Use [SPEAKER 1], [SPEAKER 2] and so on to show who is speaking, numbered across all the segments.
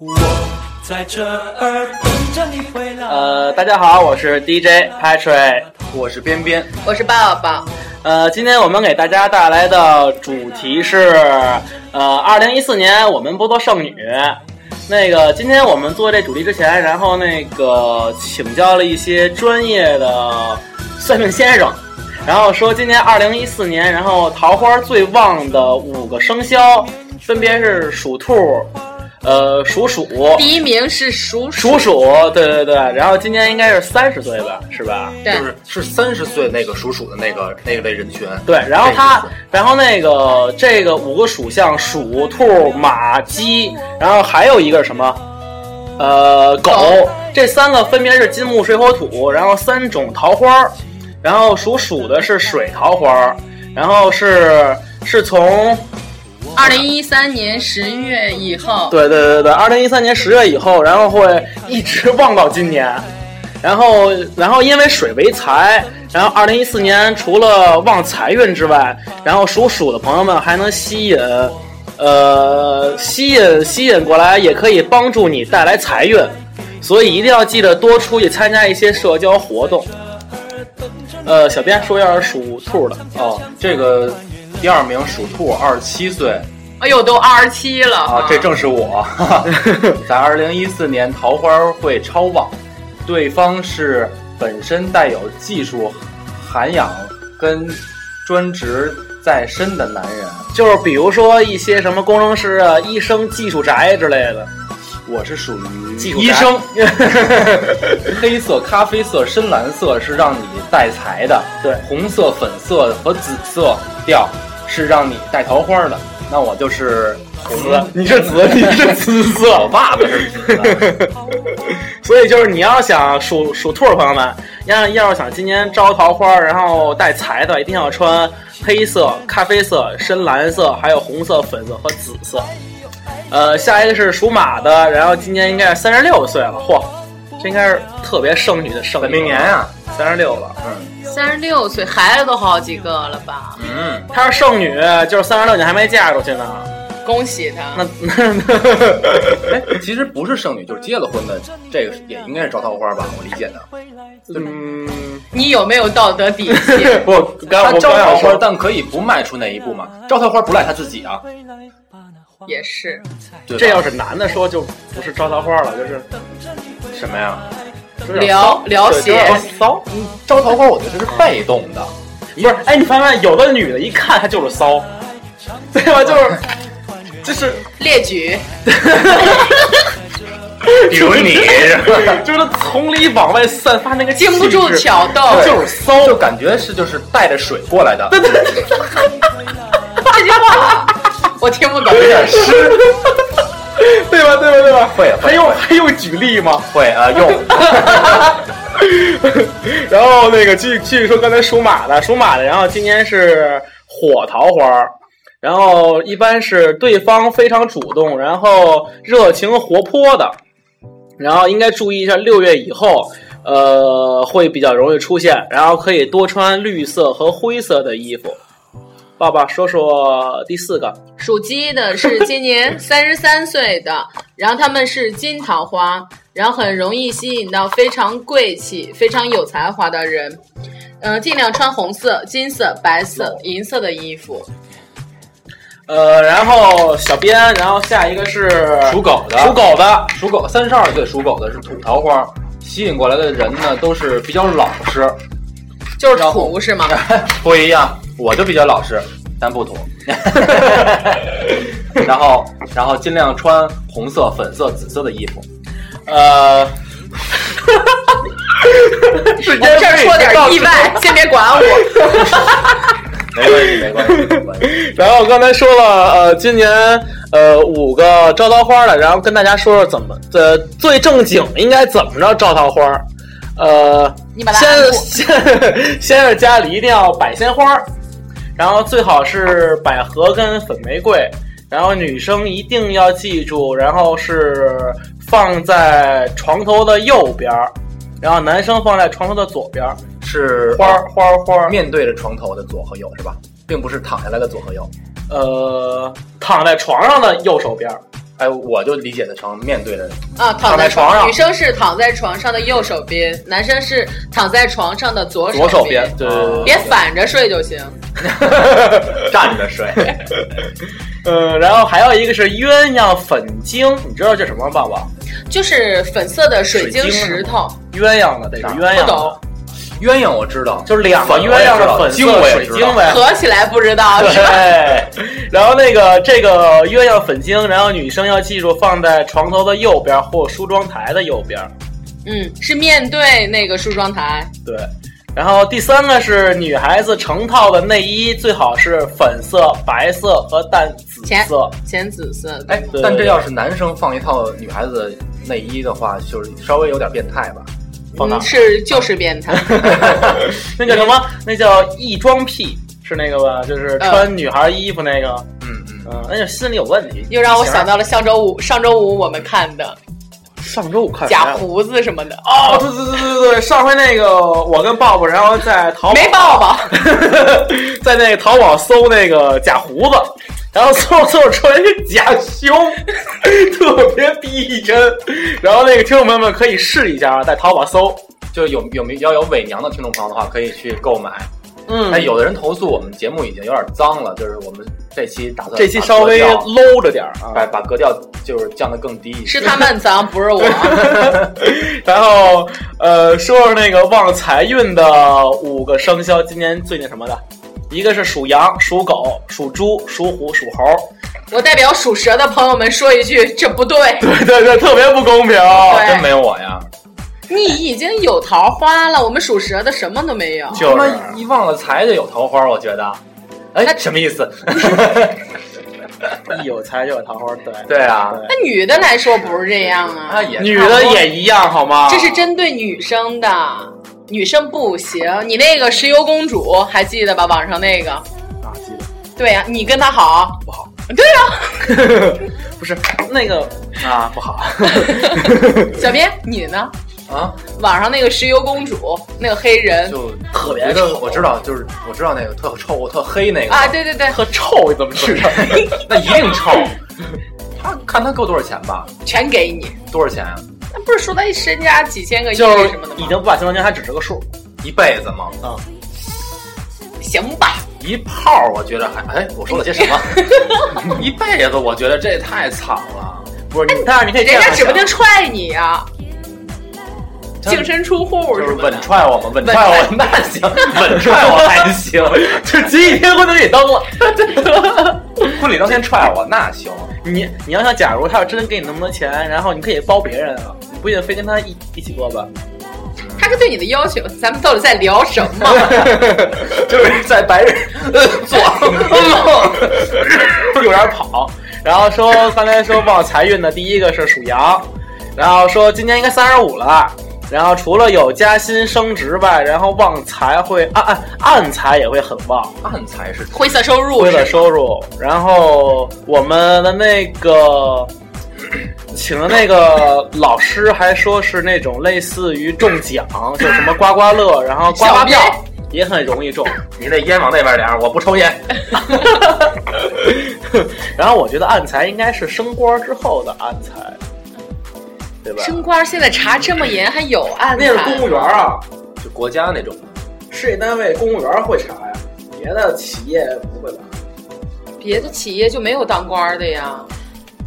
[SPEAKER 1] 我在这儿等着你回来。
[SPEAKER 2] 呃，大家好，我是 DJ Patrick，
[SPEAKER 3] 我是边边。
[SPEAKER 4] 我是抱抱，
[SPEAKER 2] 呃，今天我们给大家带来的主题是，呃，二零一四年我们不做剩女。那个，今天我们做这主题之前，然后那个请教了一些专业的算命先生，然后说今年二零一四年，然后桃花最旺的五个生肖分别是属兔，呃，属鼠，
[SPEAKER 4] 第一名是鼠
[SPEAKER 2] 属鼠，对对对，然后今年应该是三十岁吧，是吧？
[SPEAKER 4] 对
[SPEAKER 3] 就是是三十岁那个属鼠的那个那一类人群，
[SPEAKER 2] 对，然后
[SPEAKER 3] 那
[SPEAKER 2] 他
[SPEAKER 3] 个意，
[SPEAKER 2] 然后那个这个五个属相，鼠、兔、马、鸡，然后还有一个是什么？呃，狗，这三个分别是金木水火土，然后三种桃花儿，然后属鼠的是水桃花儿，然后是是从
[SPEAKER 4] 二零一三年十月以后，
[SPEAKER 2] 对对对对，二零一三年十月以后，然后会一直旺到今年，然后然后因为水为财，然后二零一四年除了旺财运之外，然后属鼠的朋友们还能吸引，呃，吸引吸引过来，也可以帮助你带来财运，所以一定要记得多出去参加一些社交活动。呃，小编说一下属兔的，
[SPEAKER 3] 思哦，这个第二名属兔，二十七岁
[SPEAKER 4] 哎呦，都二十七了
[SPEAKER 3] 啊，这正是我， 哈哈在二零一四年桃花会超旺，对方是本身带有技术涵养跟专职在身的男人，
[SPEAKER 2] 就是比如说一些什么工程师啊、医生、技术宅之类的。
[SPEAKER 3] 我是属于
[SPEAKER 2] 技术
[SPEAKER 3] 医
[SPEAKER 2] 宅
[SPEAKER 3] 生，黑色、咖啡色、深蓝色是让你带财的，
[SPEAKER 2] 对
[SPEAKER 3] 红色、粉色和紫色调是让你带桃花的。那我就是红
[SPEAKER 2] 紫，你是紫，你是紫
[SPEAKER 3] 我
[SPEAKER 2] 色。
[SPEAKER 3] 爸爸是紫的，
[SPEAKER 2] 所以就是你要想属属兔的朋友们，要要是想今年招桃花，然后带财的，一定要穿黑色、咖啡色、深蓝色，还有红色、粉色和紫色。呃，下一个是属马的，然后今年应该是三十六岁了，嚯，这应该是特别剩女的剩女。
[SPEAKER 3] 本命年，啊，
[SPEAKER 2] 三十六了。
[SPEAKER 3] 嗯
[SPEAKER 4] 三十六岁，孩子都好几个了吧？
[SPEAKER 3] 嗯，
[SPEAKER 2] 她是剩女，就是三十六年还没嫁出去呢。
[SPEAKER 4] 恭喜他！
[SPEAKER 2] 那 那
[SPEAKER 3] 哎，其实不是剩女，就是结了婚的，这个也应该是招桃花吧？我理解的，
[SPEAKER 2] 嗯，？
[SPEAKER 4] 你有没有道德底线
[SPEAKER 2] 我刚
[SPEAKER 3] 他
[SPEAKER 2] 我
[SPEAKER 3] 招
[SPEAKER 2] 刚
[SPEAKER 3] 桃
[SPEAKER 2] 想
[SPEAKER 3] 花，
[SPEAKER 2] 说，
[SPEAKER 3] 但可以不迈出那一步嘛？招桃花不赖他自己啊，
[SPEAKER 4] 也是，
[SPEAKER 3] 对吧
[SPEAKER 2] 这要是男的说就不是招桃花了，就是
[SPEAKER 3] 什么呀？
[SPEAKER 2] 有点
[SPEAKER 4] 聊聊
[SPEAKER 2] 对有
[SPEAKER 4] 写
[SPEAKER 2] 点骚。
[SPEAKER 3] 招桃花，我觉得是被动 的。
[SPEAKER 2] 不是，哎，你发现没？有的女的一看她就是骚， 对吧？就是，就是，
[SPEAKER 4] 列举，
[SPEAKER 3] 比如你是吧？
[SPEAKER 2] 就是她从里往外散发那个
[SPEAKER 4] 经不住
[SPEAKER 2] 气质，
[SPEAKER 4] 挑逗，
[SPEAKER 3] 就是骚， 就感觉是就是带着水过来的，
[SPEAKER 2] 对对对，
[SPEAKER 4] 这句话我听不懂。
[SPEAKER 3] 有点湿。
[SPEAKER 2] 对吧？对吧？对吧？
[SPEAKER 3] 会会
[SPEAKER 2] 还用
[SPEAKER 3] 会
[SPEAKER 2] 还用举例吗？
[SPEAKER 3] 会 啊，用
[SPEAKER 2] 然后那个继续继续说刚才属马的，属马的，然后今年是火桃花儿，然后一般是对方非常主动，然后热情活泼的，然后应该注意一下六月以后，呃，会比较容易出现，然后可以多穿绿色和灰色的衣服。爸爸说说第四个，
[SPEAKER 4] 属鸡的是今 年三十三岁的，然后他们是金桃花，然后很容易吸引到非常贵气、非常有才华的人。呃，尽量穿红色、金色、白色、银色的衣服。
[SPEAKER 2] 呃，然后小编，然后下一个是
[SPEAKER 3] 属狗的，
[SPEAKER 2] 属狗的，
[SPEAKER 3] 属狗，三十二岁属狗的是土桃花，吸引过来的人呢都是比较老实，
[SPEAKER 4] 就是
[SPEAKER 3] 然后
[SPEAKER 4] 土是吗？
[SPEAKER 3] 不一样，我就比较老实，但不 土。然后，然后尽量穿红色、粉色、紫色的衣服。
[SPEAKER 2] 呃，
[SPEAKER 4] 我们 这儿说点意外，先别管我。
[SPEAKER 3] 呃没关系，没关系，没关 系。
[SPEAKER 2] 然后刚才说了，呃，今年呃五个招桃花的，然后跟大家说说怎么，呃，最正经应该怎么着招桃花儿。呃，
[SPEAKER 4] 你把它按
[SPEAKER 2] 先
[SPEAKER 4] 住
[SPEAKER 2] 先 先是家里一定要摆鲜花儿，然后最好是百合跟粉玫瑰，然后女生一定要记住，然后是放在床头的右边儿，然后男生放在床头的左边儿，
[SPEAKER 3] 是哦
[SPEAKER 2] 花儿花儿花儿，
[SPEAKER 3] 面对着床头的左和右是吧？并不是躺下来的左和右。
[SPEAKER 2] 呃，躺在床上的右手边儿。
[SPEAKER 3] 哎哎，我就理解的成面对着你。
[SPEAKER 4] 啊，躺在
[SPEAKER 3] 躺在床上
[SPEAKER 4] 女生是躺在床上的右手边，男生是躺在床上的左
[SPEAKER 3] 左手
[SPEAKER 4] 手
[SPEAKER 3] 边，哦对对对
[SPEAKER 4] 别反着睡就行。
[SPEAKER 3] 对，站着 睡。
[SPEAKER 2] 嗯，然后还有一个是鸳鸯粉晶，你知道这什么吗，爸爸？
[SPEAKER 4] 就是粉色的水晶
[SPEAKER 2] 水晶
[SPEAKER 4] 石头，
[SPEAKER 2] 鸳鸯的，得是
[SPEAKER 3] 啥
[SPEAKER 2] 鸳
[SPEAKER 4] 不
[SPEAKER 2] 鸯的
[SPEAKER 4] 懂，
[SPEAKER 3] 鸳鸯我知道，
[SPEAKER 2] 就是两个
[SPEAKER 3] 粉我
[SPEAKER 2] 鸳
[SPEAKER 3] 也
[SPEAKER 2] 鸯
[SPEAKER 3] 知
[SPEAKER 2] 的
[SPEAKER 3] 道
[SPEAKER 2] 粉
[SPEAKER 3] 晶我
[SPEAKER 2] 色
[SPEAKER 3] 也
[SPEAKER 2] 水
[SPEAKER 3] 知
[SPEAKER 2] 晶
[SPEAKER 3] 道
[SPEAKER 2] 呗。
[SPEAKER 4] 合起来不知道是吧？
[SPEAKER 2] 对，然后那个这个鸳鸯粉晶，然后女生要记住放在床头的右边或梳妆台的右边。
[SPEAKER 4] 嗯，是面对那个梳妆台。
[SPEAKER 2] 对，然后第三个是女孩子成套的内衣最好是粉色、白色和淡紫
[SPEAKER 4] 浅
[SPEAKER 2] 色。
[SPEAKER 4] 浅紫色的，
[SPEAKER 3] 哎，
[SPEAKER 2] 对
[SPEAKER 3] 但这要是男生放一套女孩子的内衣的话，就是稍微有点变态吧。
[SPEAKER 2] 放哪
[SPEAKER 4] 嗯，是就是变 态，
[SPEAKER 2] 那叫什么？那叫异装癖，是那个吧？就是穿女孩衣服那个。
[SPEAKER 3] 嗯嗯，
[SPEAKER 2] 嗯，那就心理有问题。
[SPEAKER 4] 又让我想到了上周五上周五我们看的
[SPEAKER 2] 上周我看谁
[SPEAKER 4] 假
[SPEAKER 2] 啊
[SPEAKER 4] 胡子什么的，
[SPEAKER 2] 哦，对对对对对，上回那个我跟抱抱，然后在淘宝
[SPEAKER 4] 没抱抱，
[SPEAKER 2] 在那个淘宝搜那个假胡子，然后搜着搜着出来是假胸， 特别逼真。然后那个听众朋友们可以试一下啊，在淘宝搜。
[SPEAKER 3] 就是有有没要有伪娘的听众朋友的话，可以去购买。
[SPEAKER 2] 嗯
[SPEAKER 3] 哎，有的人投诉我们节目已经有点脏了，就是我们这期打算
[SPEAKER 2] 这期
[SPEAKER 3] 把
[SPEAKER 2] 稍微
[SPEAKER 3] 格调
[SPEAKER 2] low 着点儿啊。
[SPEAKER 3] 把把格调就是降得更低一些。
[SPEAKER 4] 是他们脏，不是 我。
[SPEAKER 2] 然后呃，说说那个旺财运的五个生肖，今年最那什么的，一个是属羊、属狗、属猪、属虎、属猴。
[SPEAKER 4] 我代表属蛇的朋友们说一句，这不对，
[SPEAKER 2] 对 对对，特别不公平。啊
[SPEAKER 4] 对
[SPEAKER 3] 哦真没有我呀，
[SPEAKER 4] 你已经有桃花了，我们属蛇的什么都没有。
[SPEAKER 2] 就是
[SPEAKER 3] 他妈一忘了财就有桃花，我觉得。哎，什么意 思？
[SPEAKER 2] 一有财就有桃花，对
[SPEAKER 3] 对啊，
[SPEAKER 4] 那女的来说不是这样啊
[SPEAKER 3] 他，也
[SPEAKER 2] 女的也一样好吗？
[SPEAKER 4] 这是针对女生的，女生不行。你那个石油公主还记得吧？网上那个，
[SPEAKER 2] 啊，记得
[SPEAKER 4] 对呀、你跟她好
[SPEAKER 2] 不好。
[SPEAKER 4] 对呀、
[SPEAKER 2] 不是那个啊，不好。
[SPEAKER 4] 小编你呢？
[SPEAKER 3] 啊，
[SPEAKER 4] 网上那个石油公主，那个黑人
[SPEAKER 3] 就
[SPEAKER 2] 特别
[SPEAKER 3] 我觉得
[SPEAKER 2] 丑
[SPEAKER 3] 我知道，就是我知道那个特臭、特黑那个
[SPEAKER 4] 啊，对对对，
[SPEAKER 2] 特臭，你怎么吃着？
[SPEAKER 3] 那一定臭。他看他够多少钱吧？
[SPEAKER 4] 全给你。
[SPEAKER 3] 多少钱啊？
[SPEAKER 4] 那不是说她一身家几千个亿
[SPEAKER 2] 就是
[SPEAKER 4] 什么的
[SPEAKER 2] 已
[SPEAKER 4] 吗？
[SPEAKER 2] 经不把新房间，它只是个数。
[SPEAKER 3] 一辈子吗？
[SPEAKER 4] 行吧，
[SPEAKER 3] 一泡，我觉得还哎，我说了些什么？ 一辈子，我觉得这也太惨了。
[SPEAKER 2] 不是，你但是你可以这
[SPEAKER 4] 人
[SPEAKER 2] 样
[SPEAKER 4] 家
[SPEAKER 2] 想，
[SPEAKER 4] 指不定踹你啊，
[SPEAKER 3] 他
[SPEAKER 4] 净身出户
[SPEAKER 3] 就是
[SPEAKER 4] 什么
[SPEAKER 3] 稳
[SPEAKER 4] 的。
[SPEAKER 3] 踹我吗？稳踹我那行，稳踹我还行。
[SPEAKER 2] 就集体天婚都给登了。
[SPEAKER 3] 婚礼当天踹我那行，
[SPEAKER 2] 你你要想，假如他要真给你那么多钱，然后你可以包别人啊，你不一定非跟他一一起过吧？
[SPEAKER 4] 他是对你的要求，咱们到底在聊什么？
[SPEAKER 3] 就是在 白日做
[SPEAKER 2] 有点跑。然后说刚才说旺财运的第一个是属羊，然后说今年应该三十五了，然后除了有加薪升职外，然后旺财会暗暗暗财也会很旺，
[SPEAKER 3] 暗才是
[SPEAKER 4] 灰色收入
[SPEAKER 2] 为了
[SPEAKER 4] 是吗
[SPEAKER 2] 收入。然后我们的那个。请的那个老师还说是那种类似于中奖，就什么刮刮乐，然后刮
[SPEAKER 4] 小
[SPEAKER 2] 发
[SPEAKER 4] 编
[SPEAKER 2] 票也很容易中。
[SPEAKER 3] 你那烟往那边点儿，我不抽烟。
[SPEAKER 2] 然后我觉得暗财应该是升官之后的暗财，对吧？
[SPEAKER 4] 升官现在查这么严，还有案
[SPEAKER 2] 那是公务员啊，
[SPEAKER 3] 就国家那种，
[SPEAKER 2] 事业单位公务员会查呀，别的企业不会查。
[SPEAKER 4] 别的企业就没有当官儿的呀？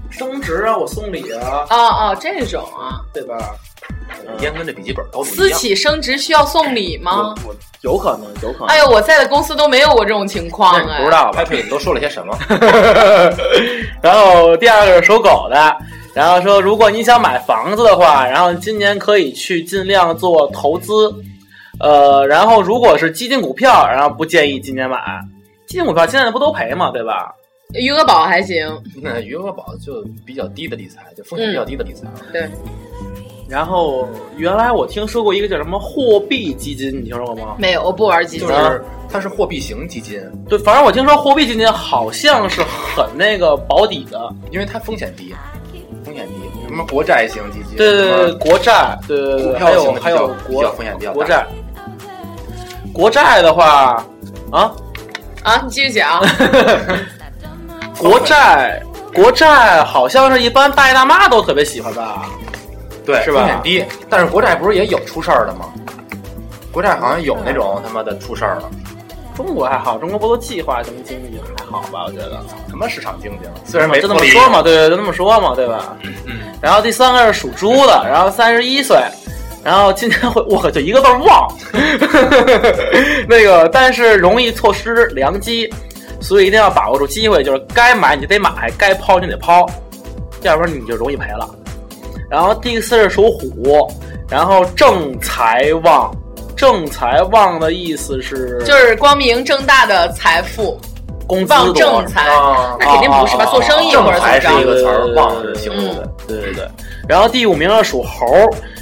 [SPEAKER 2] 升职啊，我送礼啊，
[SPEAKER 4] 哦哦，这种啊，
[SPEAKER 2] 对吧？嗯
[SPEAKER 3] 烟跟这笔记本都不一
[SPEAKER 4] 私
[SPEAKER 3] 样。
[SPEAKER 4] 企升职需要送礼吗？
[SPEAKER 2] 我我有可能，有可能。
[SPEAKER 4] 哎呦，我在的公司都没有过这种情况
[SPEAKER 3] 那你
[SPEAKER 4] 哎，
[SPEAKER 3] 不知道吧？对，你都说了些什么？
[SPEAKER 2] 然后第二个是属狗的，然后说如果你想买房子的话，然后今年可以去尽量做投资，呃，然后如果是基金股票，然后不建议今年买。基金股票现在不都赔嘛，对吧？
[SPEAKER 4] 余额宝还行，
[SPEAKER 3] 那余额宝就比较低的理财，就风险比
[SPEAKER 4] 嗯
[SPEAKER 3] 较低的理财。
[SPEAKER 4] 对，
[SPEAKER 2] 然后原来我听说过一个叫什么货币基金，你听说过吗？
[SPEAKER 4] 没有，我不玩基金
[SPEAKER 3] 就。是它是货币型基金，
[SPEAKER 2] 对，反正我听说货币基金好像是很那个保底的，
[SPEAKER 3] 因为它风险低，风险低。什么国债型基金，
[SPEAKER 2] 对对对，
[SPEAKER 3] 什么
[SPEAKER 2] 国债，对对对，
[SPEAKER 3] 股
[SPEAKER 2] 还
[SPEAKER 3] 票
[SPEAKER 2] 有
[SPEAKER 3] 型的
[SPEAKER 2] 还
[SPEAKER 3] 比较
[SPEAKER 2] 有
[SPEAKER 3] 比较
[SPEAKER 2] 国
[SPEAKER 3] 风险比较大。
[SPEAKER 2] 国债，国债的话啊，
[SPEAKER 4] 啊，你继续讲，
[SPEAKER 2] 国债国债好像是一般大爷大妈都特别喜欢吧？
[SPEAKER 3] 对，
[SPEAKER 2] 是吧
[SPEAKER 3] 风险低，但是国债不是也有出事儿的吗？国债好像有那种他妈的出事儿了，
[SPEAKER 2] 中国还好，中国不都计划经济还好吧？我觉得
[SPEAKER 3] 什么市场经济了，虽然没
[SPEAKER 2] 就那
[SPEAKER 3] 脱
[SPEAKER 2] 哦么
[SPEAKER 3] 离
[SPEAKER 2] 说嘛，对对，就那么说嘛，对吧？
[SPEAKER 3] 嗯，
[SPEAKER 2] 然后第三个是属猪的，然后三十一岁，然后今天会我就一个字儿忘， 那个但是容易错失良机，所以一定要把握住机会，就是该买你就得买，该抛你得抛，要不然你就容易赔了。然后第四是属虎，然后正财旺，正财旺的意思是
[SPEAKER 4] 就是光明正大的财富，
[SPEAKER 2] 工资
[SPEAKER 4] 旺
[SPEAKER 2] 多
[SPEAKER 4] 正财。
[SPEAKER 3] 啊，
[SPEAKER 4] 那肯定不是吧？
[SPEAKER 2] 哦
[SPEAKER 4] 做生意
[SPEAKER 3] 正
[SPEAKER 4] 或者怎么
[SPEAKER 3] 财是一
[SPEAKER 4] 着？
[SPEAKER 3] 个词
[SPEAKER 2] 呃
[SPEAKER 3] 儿，旺是形容的，
[SPEAKER 2] 对对对，然后第五名是属猴，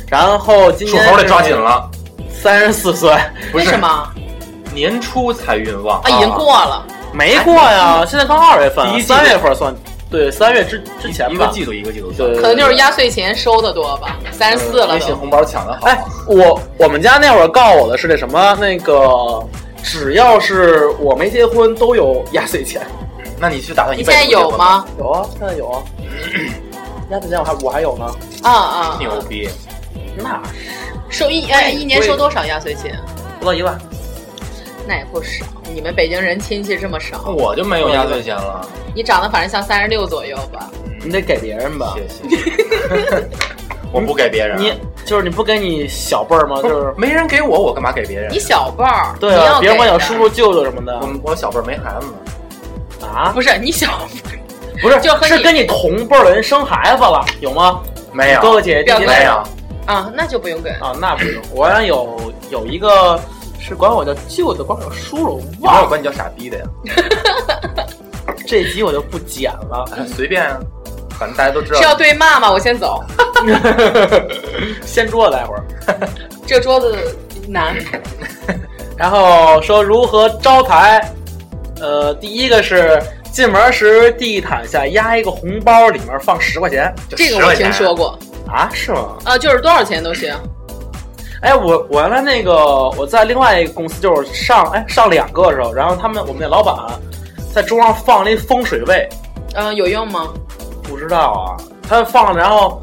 [SPEAKER 2] 然后今
[SPEAKER 3] 属
[SPEAKER 2] 年
[SPEAKER 3] 猴得抓紧，了，
[SPEAKER 2] 三十四岁
[SPEAKER 3] 不
[SPEAKER 4] 为
[SPEAKER 3] 是啊
[SPEAKER 4] 什么啊？
[SPEAKER 2] 嗯
[SPEAKER 3] 年初财运旺，
[SPEAKER 2] 啊
[SPEAKER 4] 已经过了，
[SPEAKER 2] 没过呀，现在刚二月份，
[SPEAKER 3] 哎第一季度
[SPEAKER 2] 三月份算对，三月之之前
[SPEAKER 3] 一个
[SPEAKER 2] 吧。
[SPEAKER 3] 季度一个季度算
[SPEAKER 2] 对，对
[SPEAKER 4] 可能就是压岁钱收的多吧，三十四了
[SPEAKER 2] 嗯
[SPEAKER 3] 微信
[SPEAKER 4] 都。
[SPEAKER 3] 红包抢的好，
[SPEAKER 2] 哎，我我们家那会儿告我的是那什么那个，只要是我没结婚都有压岁钱。
[SPEAKER 3] 那你去打算
[SPEAKER 4] 你
[SPEAKER 3] 一
[SPEAKER 4] 现
[SPEAKER 3] 辈
[SPEAKER 4] 在
[SPEAKER 3] 子
[SPEAKER 4] 有吗？
[SPEAKER 2] 有啊，现在有啊。压岁钱我还我还有呢。
[SPEAKER 4] 啊啊！
[SPEAKER 3] 不结婚？牛
[SPEAKER 2] 嗯
[SPEAKER 3] 逼，
[SPEAKER 2] 那
[SPEAKER 4] 收一哎，一年收多少压岁钱？
[SPEAKER 2] 不到一万，
[SPEAKER 4] 那也不少。你们北京人亲戚这么少，
[SPEAKER 2] 哦
[SPEAKER 3] 我就没有压岁钱了，嗯
[SPEAKER 4] 你长得反正像三十六左右吧？
[SPEAKER 2] 你得给别人吧。
[SPEAKER 3] 谢谢。 我不给别人，啊
[SPEAKER 2] 你就是你不给你小辈儿吗？就
[SPEAKER 3] 不
[SPEAKER 2] 是是
[SPEAKER 3] 没人给我，我干嘛给别人
[SPEAKER 4] 你？小辈儿，
[SPEAKER 2] 对
[SPEAKER 4] 你
[SPEAKER 2] 啊，
[SPEAKER 4] 要
[SPEAKER 2] 别人管
[SPEAKER 4] 给
[SPEAKER 2] 有
[SPEAKER 4] 的
[SPEAKER 2] 叔叔舅舅什么的
[SPEAKER 3] 我我小辈儿没孩子呢，
[SPEAKER 2] 啊，
[SPEAKER 4] 不是你小
[SPEAKER 2] 不是，
[SPEAKER 4] 就和
[SPEAKER 2] 是
[SPEAKER 4] 你
[SPEAKER 2] 跟你同辈儿的人生孩子了，有吗？
[SPEAKER 3] 没
[SPEAKER 2] 哥
[SPEAKER 3] 有
[SPEAKER 2] 哥姐姐
[SPEAKER 4] 表
[SPEAKER 2] 弟弟
[SPEAKER 4] 哥
[SPEAKER 3] 没有，
[SPEAKER 4] 啊，那就不用给。
[SPEAKER 2] 啊，那不用。我好像有有一个是管我叫舅舅，管我叫叔叔，我
[SPEAKER 3] 有没
[SPEAKER 2] 忘
[SPEAKER 3] 有
[SPEAKER 2] 了。
[SPEAKER 3] 管你叫傻逼的呀？
[SPEAKER 2] 这集我就不剪了。
[SPEAKER 3] 随便啊，反正大家都知
[SPEAKER 4] 是要
[SPEAKER 3] 道。
[SPEAKER 4] 对骂吗？我先走，
[SPEAKER 2] 掀桌子待会儿。
[SPEAKER 4] 这桌子难。
[SPEAKER 2] 嗯然后说如何招财，呃，第一个是进门时地毯下压一个红包，里面放十块钱
[SPEAKER 3] 就
[SPEAKER 4] 这个
[SPEAKER 3] 10
[SPEAKER 4] 我
[SPEAKER 3] 块钱
[SPEAKER 4] 听说过
[SPEAKER 2] 啊？是吗？
[SPEAKER 4] 啊，就是多少钱都行。
[SPEAKER 2] 哎，我我原来那个我在另外一个公司，就是上哎上两个的时候，然后他们我们那老板在桌上放了一风水位，
[SPEAKER 4] 嗯、有用吗？
[SPEAKER 2] 不知道啊，他放了，然后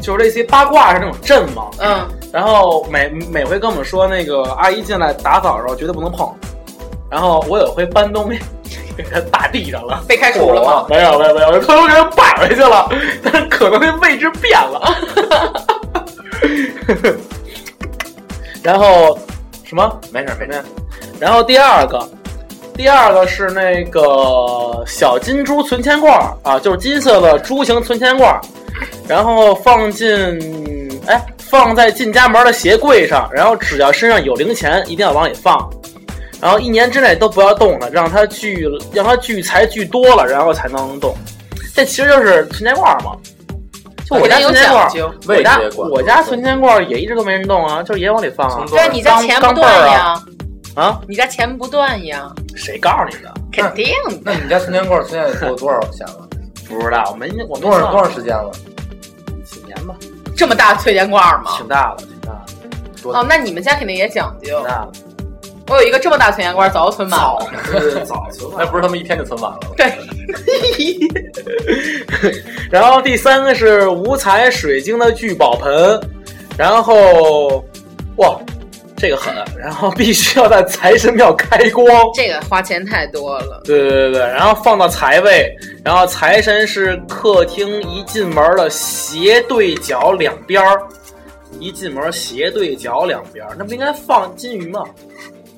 [SPEAKER 2] 就是类似于八卦是那种阵嘛，
[SPEAKER 4] 嗯，
[SPEAKER 2] 然后每每回跟我们说那个阿姨进来打扫的时候绝对不能碰，然后我有一回搬东西给他打地上了。
[SPEAKER 4] 被开除了吗？
[SPEAKER 2] 没有没有没有，我偷偷给他摆回去了，但是可能那位置变了。 然后什么？
[SPEAKER 3] 没事没事，
[SPEAKER 2] 然后第二个，第二个是那个小金猪存钱罐儿啊，就是金色的猪形存钱罐儿，然后放进哎放在进家门的鞋柜上，然后只要身上有零钱，一定要往里放。然后一年之内都不要动它，让它聚，让它聚财聚多了，然后才能动。这其实就是存钱罐儿嘛。就我
[SPEAKER 4] 肯
[SPEAKER 2] 家
[SPEAKER 4] 定
[SPEAKER 2] 存
[SPEAKER 4] 有
[SPEAKER 2] 钱罐儿，
[SPEAKER 4] 讲究。
[SPEAKER 2] 我
[SPEAKER 3] 位置
[SPEAKER 2] 家
[SPEAKER 3] 也管
[SPEAKER 2] 我家存钱罐儿也一直都没人动啊，就是也往里放啊
[SPEAKER 3] 从。
[SPEAKER 4] 对啊，你家钱不断呀，
[SPEAKER 2] 啊，
[SPEAKER 4] 你家钱不断呀，
[SPEAKER 2] 谁告诉你的？
[SPEAKER 4] 肯定的。
[SPEAKER 3] 那你家存钱罐现在有多少钱了？
[SPEAKER 2] 不知道，我没我没
[SPEAKER 3] 多少
[SPEAKER 2] 算
[SPEAKER 3] 多少时间了？
[SPEAKER 2] 几年吧，
[SPEAKER 4] 这么大翠莲罐儿吗
[SPEAKER 2] 挺？大的，挺大的，
[SPEAKER 3] 多
[SPEAKER 4] 哦，那你们家肯定也讲究
[SPEAKER 2] 挺。大的。
[SPEAKER 4] 我有一个这么大翠莲罐儿，早就存满了。
[SPEAKER 2] 对早存
[SPEAKER 3] 那不是他们一天就存完了吗？
[SPEAKER 4] 对，
[SPEAKER 2] 然后第三个是五彩水晶的聚宝盆，然后哇，这个狠，然后必须要在财神庙开光。
[SPEAKER 4] 这个花钱太多了。
[SPEAKER 2] 对对对对，然后放到财位，然后财神是客厅一进门的斜对角两边儿，一进门斜对角两边儿，那不应该放金鱼吗？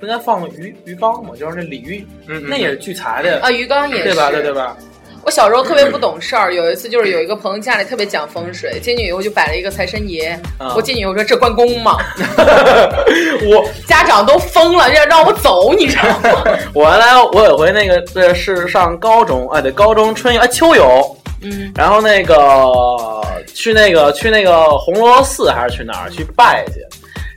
[SPEAKER 2] 不应该放鱼鱼缸吗？就是那鲤鱼，
[SPEAKER 3] 嗯嗯
[SPEAKER 2] 那也是聚财的，
[SPEAKER 4] 啊，鱼缸也是
[SPEAKER 2] 对吧？对对吧？
[SPEAKER 4] 我小时候特别不懂事儿，有一次就是有一个朋友家里特别讲风水，进去以后就摆了一个财神爷，
[SPEAKER 2] 啊
[SPEAKER 4] 我进去以后说这关公吗？
[SPEAKER 2] 我
[SPEAKER 4] 家长都疯了，让让我走，你知道吗？
[SPEAKER 2] 我原来我有回那个这是上高中啊，对，高中春游啊秋游，
[SPEAKER 4] 嗯，
[SPEAKER 2] 然后那个去那个去那个红螺罗寺还是去哪儿去拜去，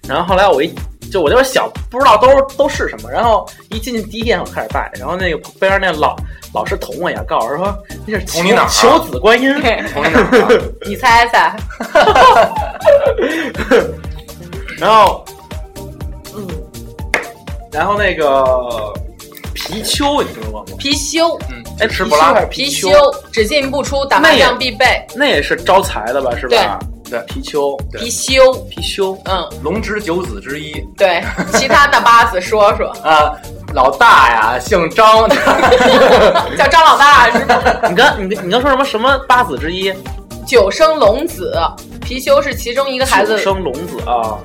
[SPEAKER 2] 然后后来我一就我那时候小不知道都是都是什么，然后一进去第一眼我开始拜，然后那个边上那老老师捅我一下，告诉我说那是
[SPEAKER 3] 捅你哪儿啊
[SPEAKER 2] 求求子观音，
[SPEAKER 3] 从哪儿啊？
[SPEAKER 4] 你猜猜，
[SPEAKER 2] 然后嗯，然后那个貔貅，你听说过吗？
[SPEAKER 4] 貔貅，
[SPEAKER 3] 嗯，
[SPEAKER 2] 哎，
[SPEAKER 3] 吃
[SPEAKER 2] 貔
[SPEAKER 3] 不
[SPEAKER 2] 貅
[SPEAKER 3] 拉
[SPEAKER 2] 还是
[SPEAKER 4] 貔
[SPEAKER 2] 貅？
[SPEAKER 4] 貅只进不出，打麻
[SPEAKER 2] 那
[SPEAKER 4] 将
[SPEAKER 2] 也
[SPEAKER 4] 必备。
[SPEAKER 2] 那也是招财的吧？是吧？
[SPEAKER 3] 对
[SPEAKER 2] 貔貅，
[SPEAKER 3] 对
[SPEAKER 4] 貔貅，
[SPEAKER 2] 貔貅，
[SPEAKER 4] 嗯，
[SPEAKER 3] 龙之九子之一
[SPEAKER 4] 对，其他大八子说说，
[SPEAKER 3] 啊，老大呀，姓张，
[SPEAKER 4] 叫张老大是吧？
[SPEAKER 2] 你刚你你刚说什么什么八子之一？
[SPEAKER 4] 九生龙子，貔貅是其中一个孩
[SPEAKER 2] 九，
[SPEAKER 4] 子
[SPEAKER 2] 生龙子啊。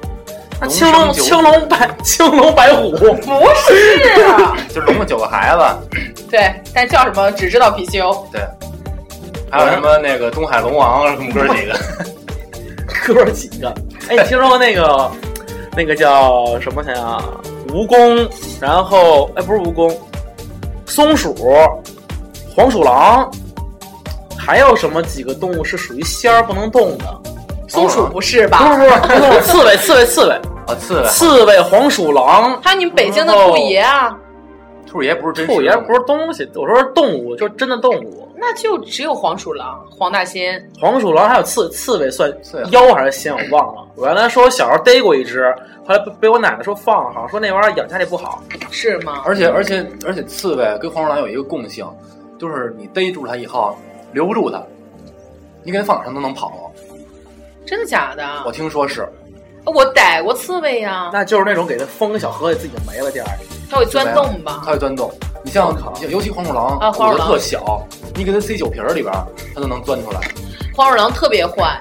[SPEAKER 2] 那
[SPEAKER 3] 龙
[SPEAKER 2] 青
[SPEAKER 3] 生
[SPEAKER 2] 龙
[SPEAKER 3] 九
[SPEAKER 2] 青龙白青龙白 虎，
[SPEAKER 4] 不是啊，
[SPEAKER 3] 就龙了九个孩子，
[SPEAKER 4] 对，但叫什么只知道貔貅，
[SPEAKER 3] 对。还有什么那个东海龙王什么哥几 个？
[SPEAKER 2] 哥儿几个？哎，你听说过那个那个叫什么？想想啊，蜈蚣，然后哎，不是蜈蚣，松鼠、黄鼠狼，还有什么几个动物是属于仙儿不能动的？
[SPEAKER 4] 松鼠不
[SPEAKER 2] 不
[SPEAKER 4] 是
[SPEAKER 2] 是
[SPEAKER 4] 吧？
[SPEAKER 2] 不是，不是啊刺猬，刺猬，刺猬，
[SPEAKER 3] 啊，刺猬、
[SPEAKER 2] 刺猬，黄鼠狼，
[SPEAKER 4] 还有你们北京的兔爷啊，
[SPEAKER 3] 兔爷不是真
[SPEAKER 2] 兔爷不
[SPEAKER 3] 是
[SPEAKER 2] 是东西，我说是动物，就是真的动物。
[SPEAKER 4] 那就只有黄鼠狼、黄大仙。
[SPEAKER 2] 黄鼠狼还有刺刺猬算
[SPEAKER 3] 刺
[SPEAKER 4] 啊
[SPEAKER 3] 猬
[SPEAKER 2] 妖还是仙，我忘了。我原来说我小时候逮过一只，后来被被我奶奶说放了，好像说那玩意儿养家里不好。
[SPEAKER 4] 是吗？
[SPEAKER 3] 而且而且而且刺猬跟黄鼠狼有一个共性，就是你逮住它以后留不住它，你给它放哪儿它都能跑。
[SPEAKER 4] 真的假的？
[SPEAKER 3] 我听说是，
[SPEAKER 4] 我逮过刺猬呀、
[SPEAKER 2] 那就是那种给它封个小盒子，自己就没了。第二天，
[SPEAKER 4] 它会钻洞吧？
[SPEAKER 3] 它会钻洞。你像尤其黄鼠狼，
[SPEAKER 4] 啊黄鼠
[SPEAKER 3] 骨头
[SPEAKER 4] 狼
[SPEAKER 3] 特小，你给它塞酒瓶儿里边儿，它都能钻出来。
[SPEAKER 4] 黄鼠狼特别坏，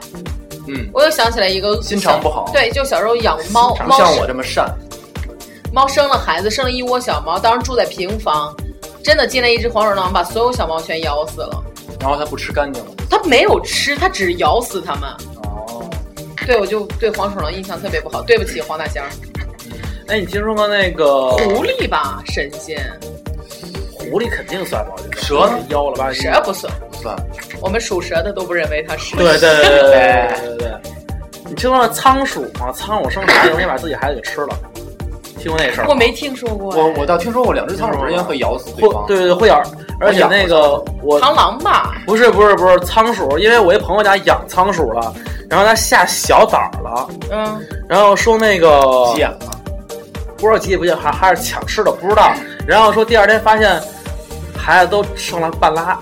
[SPEAKER 3] 嗯，
[SPEAKER 4] 我又想起来一个
[SPEAKER 3] 心肠不好
[SPEAKER 4] 小对，就小时候养猫，
[SPEAKER 3] 不
[SPEAKER 4] 猫
[SPEAKER 3] 像
[SPEAKER 4] 生
[SPEAKER 3] 我这么善。
[SPEAKER 4] 猫生了孩子，生了一窝小猫，当时住在平房，真的进来一只黄鼠狼，把所有小猫全咬死了。
[SPEAKER 3] 然后它不吃干净了。
[SPEAKER 4] 它没有吃，它只咬死它们。
[SPEAKER 3] 哦，
[SPEAKER 4] 对，我就对黄鼠狼印象特别不好。对不起，黄大仙儿，
[SPEAKER 2] 哎，你听说过那个
[SPEAKER 4] 狐狸吧，神仙，
[SPEAKER 2] 狐狸肯定算吧？我觉得
[SPEAKER 3] 蛇呢
[SPEAKER 2] 妖了嗯吧唧？
[SPEAKER 4] 蛇不算，
[SPEAKER 3] 不算，
[SPEAKER 4] 我们属蛇的都不认哎为它是。
[SPEAKER 2] 对对对对对对对。你听说过仓鼠吗？仓鼠生孩子容易把自己孩子给吃了，听过那事儿吗？
[SPEAKER 4] 我没听说过哎。
[SPEAKER 3] 我我倒听说过两只仓鼠之间会咬死对
[SPEAKER 2] 会
[SPEAKER 3] 方。
[SPEAKER 2] 对对对会咬，而且
[SPEAKER 3] 我养过
[SPEAKER 2] 那个我
[SPEAKER 4] 哎螳螂吧，
[SPEAKER 2] 不是不是不是仓鼠，因为我一朋友家养仓鼠了，然后他下小崽儿了，
[SPEAKER 4] 嗯，
[SPEAKER 2] 然后说那个
[SPEAKER 3] 急眼了。
[SPEAKER 2] 不知道急不急，还还是抢吃的不知道，然后说第二天发现孩子都剩了半拉，哦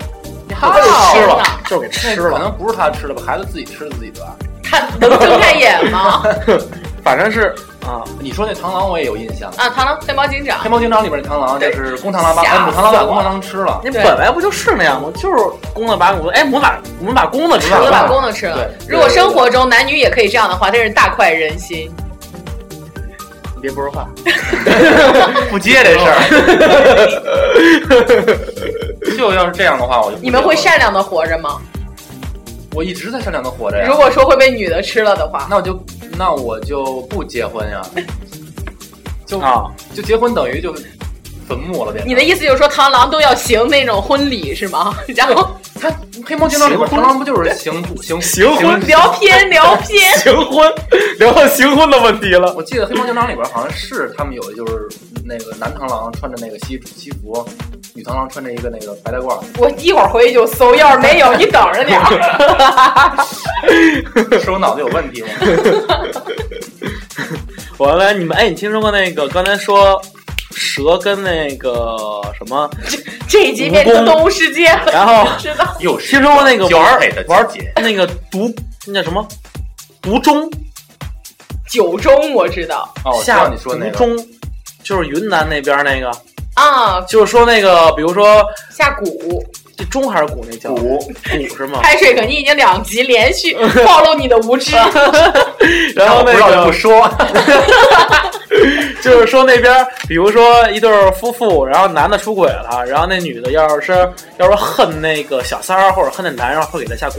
[SPEAKER 4] 好
[SPEAKER 2] 就给吃
[SPEAKER 4] 天
[SPEAKER 2] 了
[SPEAKER 4] 哪，
[SPEAKER 2] 就是给吃
[SPEAKER 3] 可
[SPEAKER 2] 了，
[SPEAKER 3] 能不是它吃的吧，孩子自己吃的自己的啊吧。
[SPEAKER 4] 看能睁开眼吗？
[SPEAKER 2] 反正是啊，
[SPEAKER 3] 你说那螳螂我也有印象，
[SPEAKER 4] 啊，螳螂黑猫警长
[SPEAKER 3] 黑，猫警长》里边的螳螂就是公螳螂把
[SPEAKER 4] 吓
[SPEAKER 3] 哎母螳螂
[SPEAKER 4] 死
[SPEAKER 3] 把
[SPEAKER 4] 我
[SPEAKER 3] 公螳螂吃了。
[SPEAKER 2] 那
[SPEAKER 4] 对
[SPEAKER 2] 本来不就是那样吗？就是公的把母的，哎，母把母把公的吃
[SPEAKER 4] 我
[SPEAKER 3] 对
[SPEAKER 4] 都把
[SPEAKER 2] 了，
[SPEAKER 4] 公的吃了。
[SPEAKER 3] 对
[SPEAKER 4] 如果生活中男女也可以这样的话，真是大快人心。
[SPEAKER 2] 你别不说话，
[SPEAKER 3] 不接这事 儿，就要是这样的话，我就不
[SPEAKER 4] 你们
[SPEAKER 3] 接
[SPEAKER 4] 会
[SPEAKER 3] 了？
[SPEAKER 4] 善良的活着吗？
[SPEAKER 3] 我一直在善良的
[SPEAKER 2] 啊
[SPEAKER 3] 活着呀。
[SPEAKER 4] 如果说会被女的吃了的话，
[SPEAKER 3] 那我就那我就不结婚 呀，就
[SPEAKER 2] 啊，
[SPEAKER 3] 就结婚等于就坟墓了，变成
[SPEAKER 4] 你的意思就是说螳螂都要行那种婚礼是吗？ 然后
[SPEAKER 3] 他黑猫警长里边螳螂不就是行行
[SPEAKER 2] 行婚
[SPEAKER 4] 聊偏聊偏，
[SPEAKER 2] 行婚聊到行婚的问题了，
[SPEAKER 3] 我记得黑猫警长里边好像是他们有的就是那个男螳螂穿着那个西西服，女螳螂穿着一个那个白大褂。
[SPEAKER 4] 我一会儿回去就搜，要是没有你等着点 儿。
[SPEAKER 3] 是我脑子有问 题吗？
[SPEAKER 2] 我来你们哎，你听说过那个刚才说蛇跟那个什么，
[SPEAKER 4] 这一集变成动物世界了，
[SPEAKER 2] 然后
[SPEAKER 4] 知道？
[SPEAKER 3] 又是
[SPEAKER 2] 听说过那个玩
[SPEAKER 3] 美的
[SPEAKER 2] 玩
[SPEAKER 3] 姐，
[SPEAKER 2] 那个毒那叫什么毒钟？
[SPEAKER 4] 九中我知道
[SPEAKER 3] 哦，我知
[SPEAKER 2] 下
[SPEAKER 3] 道你说那
[SPEAKER 2] 毒
[SPEAKER 3] 个，
[SPEAKER 2] 钟就是云南那边那个，
[SPEAKER 4] 啊，
[SPEAKER 2] 就是说那个，比如说
[SPEAKER 4] 下蛊。
[SPEAKER 2] 这钟还是鼓那叫
[SPEAKER 3] 鼓
[SPEAKER 2] 鼓是吗？
[SPEAKER 4] 开水可你已经两集 连续暴露你的无知。
[SPEAKER 2] 然
[SPEAKER 3] 但
[SPEAKER 2] 后
[SPEAKER 3] 哎我不
[SPEAKER 2] 那
[SPEAKER 3] 知道就不
[SPEAKER 2] 个
[SPEAKER 3] 说，
[SPEAKER 2] 就是说那边，比如说一对儿夫妇，然后男的出轨了，然后那女的要是要是恨那个小三儿或者恨那男人，会给他下蛊，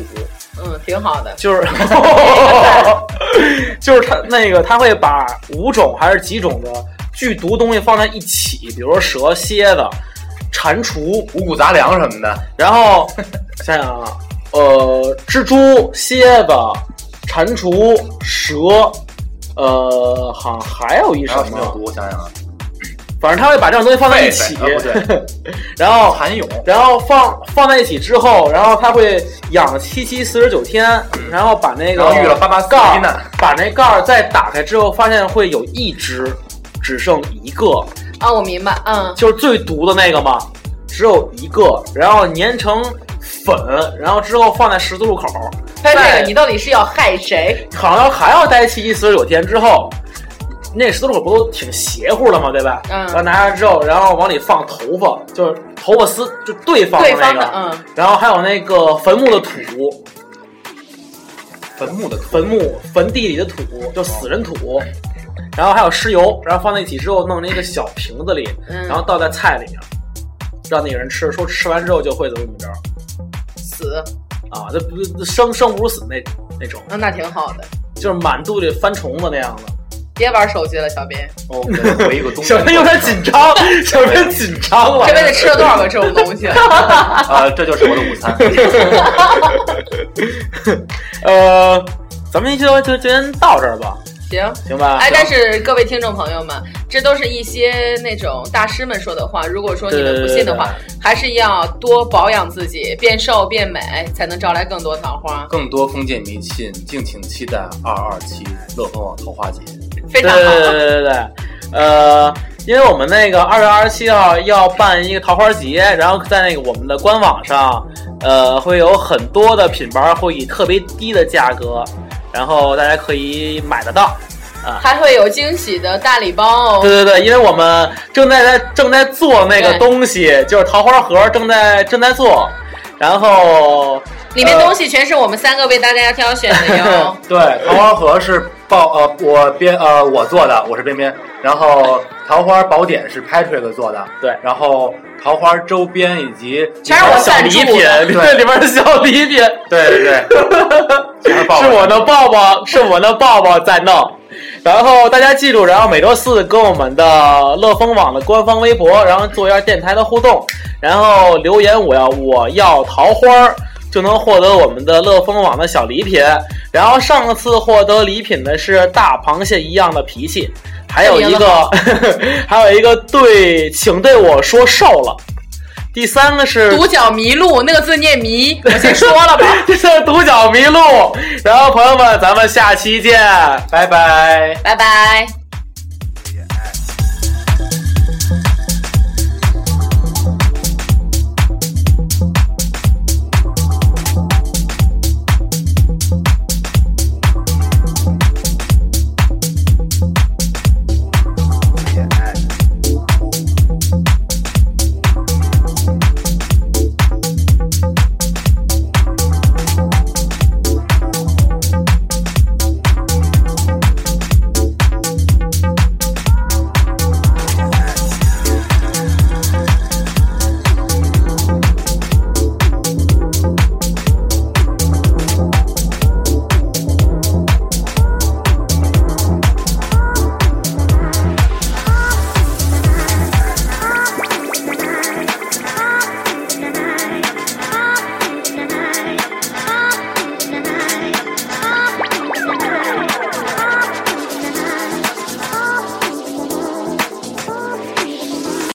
[SPEAKER 4] 嗯，挺好的。
[SPEAKER 2] 就是 就是他那个他会把五种还是几种的剧毒东西放在一起，比如说蛇、蝎子、蟾蜍，
[SPEAKER 3] 五谷杂粮什么的，
[SPEAKER 2] 然 后想想啊，呃，蜘蛛、蝎子、蟾蜍、蛇，呃，好像还有一什
[SPEAKER 3] 然后什么有
[SPEAKER 2] 么，
[SPEAKER 3] 毒？我想想啊，
[SPEAKER 2] 反正他会把这种东西放在一起，哦
[SPEAKER 3] 狒狒 啊
[SPEAKER 2] 然后
[SPEAKER 3] 蚕蛹，
[SPEAKER 2] 然后放放在一起之后，然后他会养七七四十九天，然后把那
[SPEAKER 3] 嗯然
[SPEAKER 2] 个
[SPEAKER 3] 后遇了八八四
[SPEAKER 2] 盖
[SPEAKER 3] 一
[SPEAKER 2] 儿
[SPEAKER 3] 难，
[SPEAKER 2] 把那盖儿再打开之后，发现会有一只只剩一个，
[SPEAKER 4] 啊，我明白，嗯，
[SPEAKER 2] 就是最毒的那个嘛，只有一个，然后粘成粉，然后之后放在十字路口，
[SPEAKER 4] 但是这
[SPEAKER 2] 在
[SPEAKER 4] 个你到底是要害谁？
[SPEAKER 2] 好像还要待期四十九天之后，那十字路口不都挺邪乎的嘛，对吧？
[SPEAKER 4] 嗯
[SPEAKER 2] 然后拿着之后，然后往里放头发，就是头发丝，就对方
[SPEAKER 4] 对
[SPEAKER 2] 那
[SPEAKER 4] 方
[SPEAKER 2] 个，
[SPEAKER 4] 的，嗯，
[SPEAKER 2] 然后还有那个坟墓的土，
[SPEAKER 3] 坟墓的
[SPEAKER 2] 坟墓坟地里的土，就死人土。然后还有尸油，然后放在一起之后弄那个小瓶子里，
[SPEAKER 4] 嗯
[SPEAKER 2] 然后倒在菜里面，让那个人吃，说吃完之后就会怎么怎么着
[SPEAKER 4] 死，
[SPEAKER 2] 啊，这不这生生不如死那那种，
[SPEAKER 4] 嗯，那挺好的。
[SPEAKER 2] 就是满肚里翻虫子那样的。
[SPEAKER 4] 别玩手机了，小编，
[SPEAKER 3] 哦，给我回一个东西。
[SPEAKER 2] 小编有点紧 张，小编紧张了
[SPEAKER 4] 这。辈子吃了多少个这种 东西？
[SPEAKER 3] 啊，这就是我的午餐。
[SPEAKER 2] 呃，咱们就就今天到这儿吧，
[SPEAKER 4] 行。
[SPEAKER 2] 啊行吧？
[SPEAKER 4] 哎，但是各位听众朋友们，这都是一些那种大师们说的话。如果说你们不信的话，还是要多保养自己，变瘦变美，才能招来更多桃花。
[SPEAKER 3] 更多封建迷信，敬请期待二二七乐丰网桃花节。
[SPEAKER 4] 非
[SPEAKER 2] 对
[SPEAKER 4] 常
[SPEAKER 2] 对
[SPEAKER 4] 好
[SPEAKER 2] 对，对对对，呃，因为我们那个二月二十七号要办一个桃花节，然后在那个我们的官网上，呃，会有很多的品牌会以特别低的价格，然后大家可以买得到。
[SPEAKER 4] 还会有惊喜的大礼包
[SPEAKER 2] 对
[SPEAKER 4] 哦。
[SPEAKER 2] 对对，因为我们正在在正在做那个
[SPEAKER 4] 对
[SPEAKER 2] 东西，就是桃花盒正在正在做，然后
[SPEAKER 4] 里
[SPEAKER 2] 呃
[SPEAKER 4] 面东西全是我们三个为大家挑选的哟。
[SPEAKER 3] 对，桃花盒是报呃我编呃我做的，我是边边。然后桃花宝典是 Patrick 做的，
[SPEAKER 2] 对
[SPEAKER 3] 然后桃花周边以及
[SPEAKER 4] 全是我
[SPEAKER 2] 小
[SPEAKER 4] 赞
[SPEAKER 2] 礼
[SPEAKER 4] 助
[SPEAKER 2] 品，
[SPEAKER 4] 的
[SPEAKER 2] 对里边的小礼品。
[SPEAKER 3] 对对对，全是报
[SPEAKER 2] 是我的抱抱，是我的抱抱在弄。然后大家记住，然后每周四跟我们的乐蜂网的官方微博，然后做一下电台的互动，然后留言我要我要桃花儿，就能获得我们的乐蜂网的小礼品。然后上次获得礼品的是大螃蟹一样的脾气，还有一个 还有一个对，请对我说瘦了。第三个 是
[SPEAKER 4] 独角麋鹿那个字念迷，我先说了吧。
[SPEAKER 2] 这是独角麋鹿。然后朋友们，咱们下期见。
[SPEAKER 3] 拜拜。
[SPEAKER 4] 拜拜。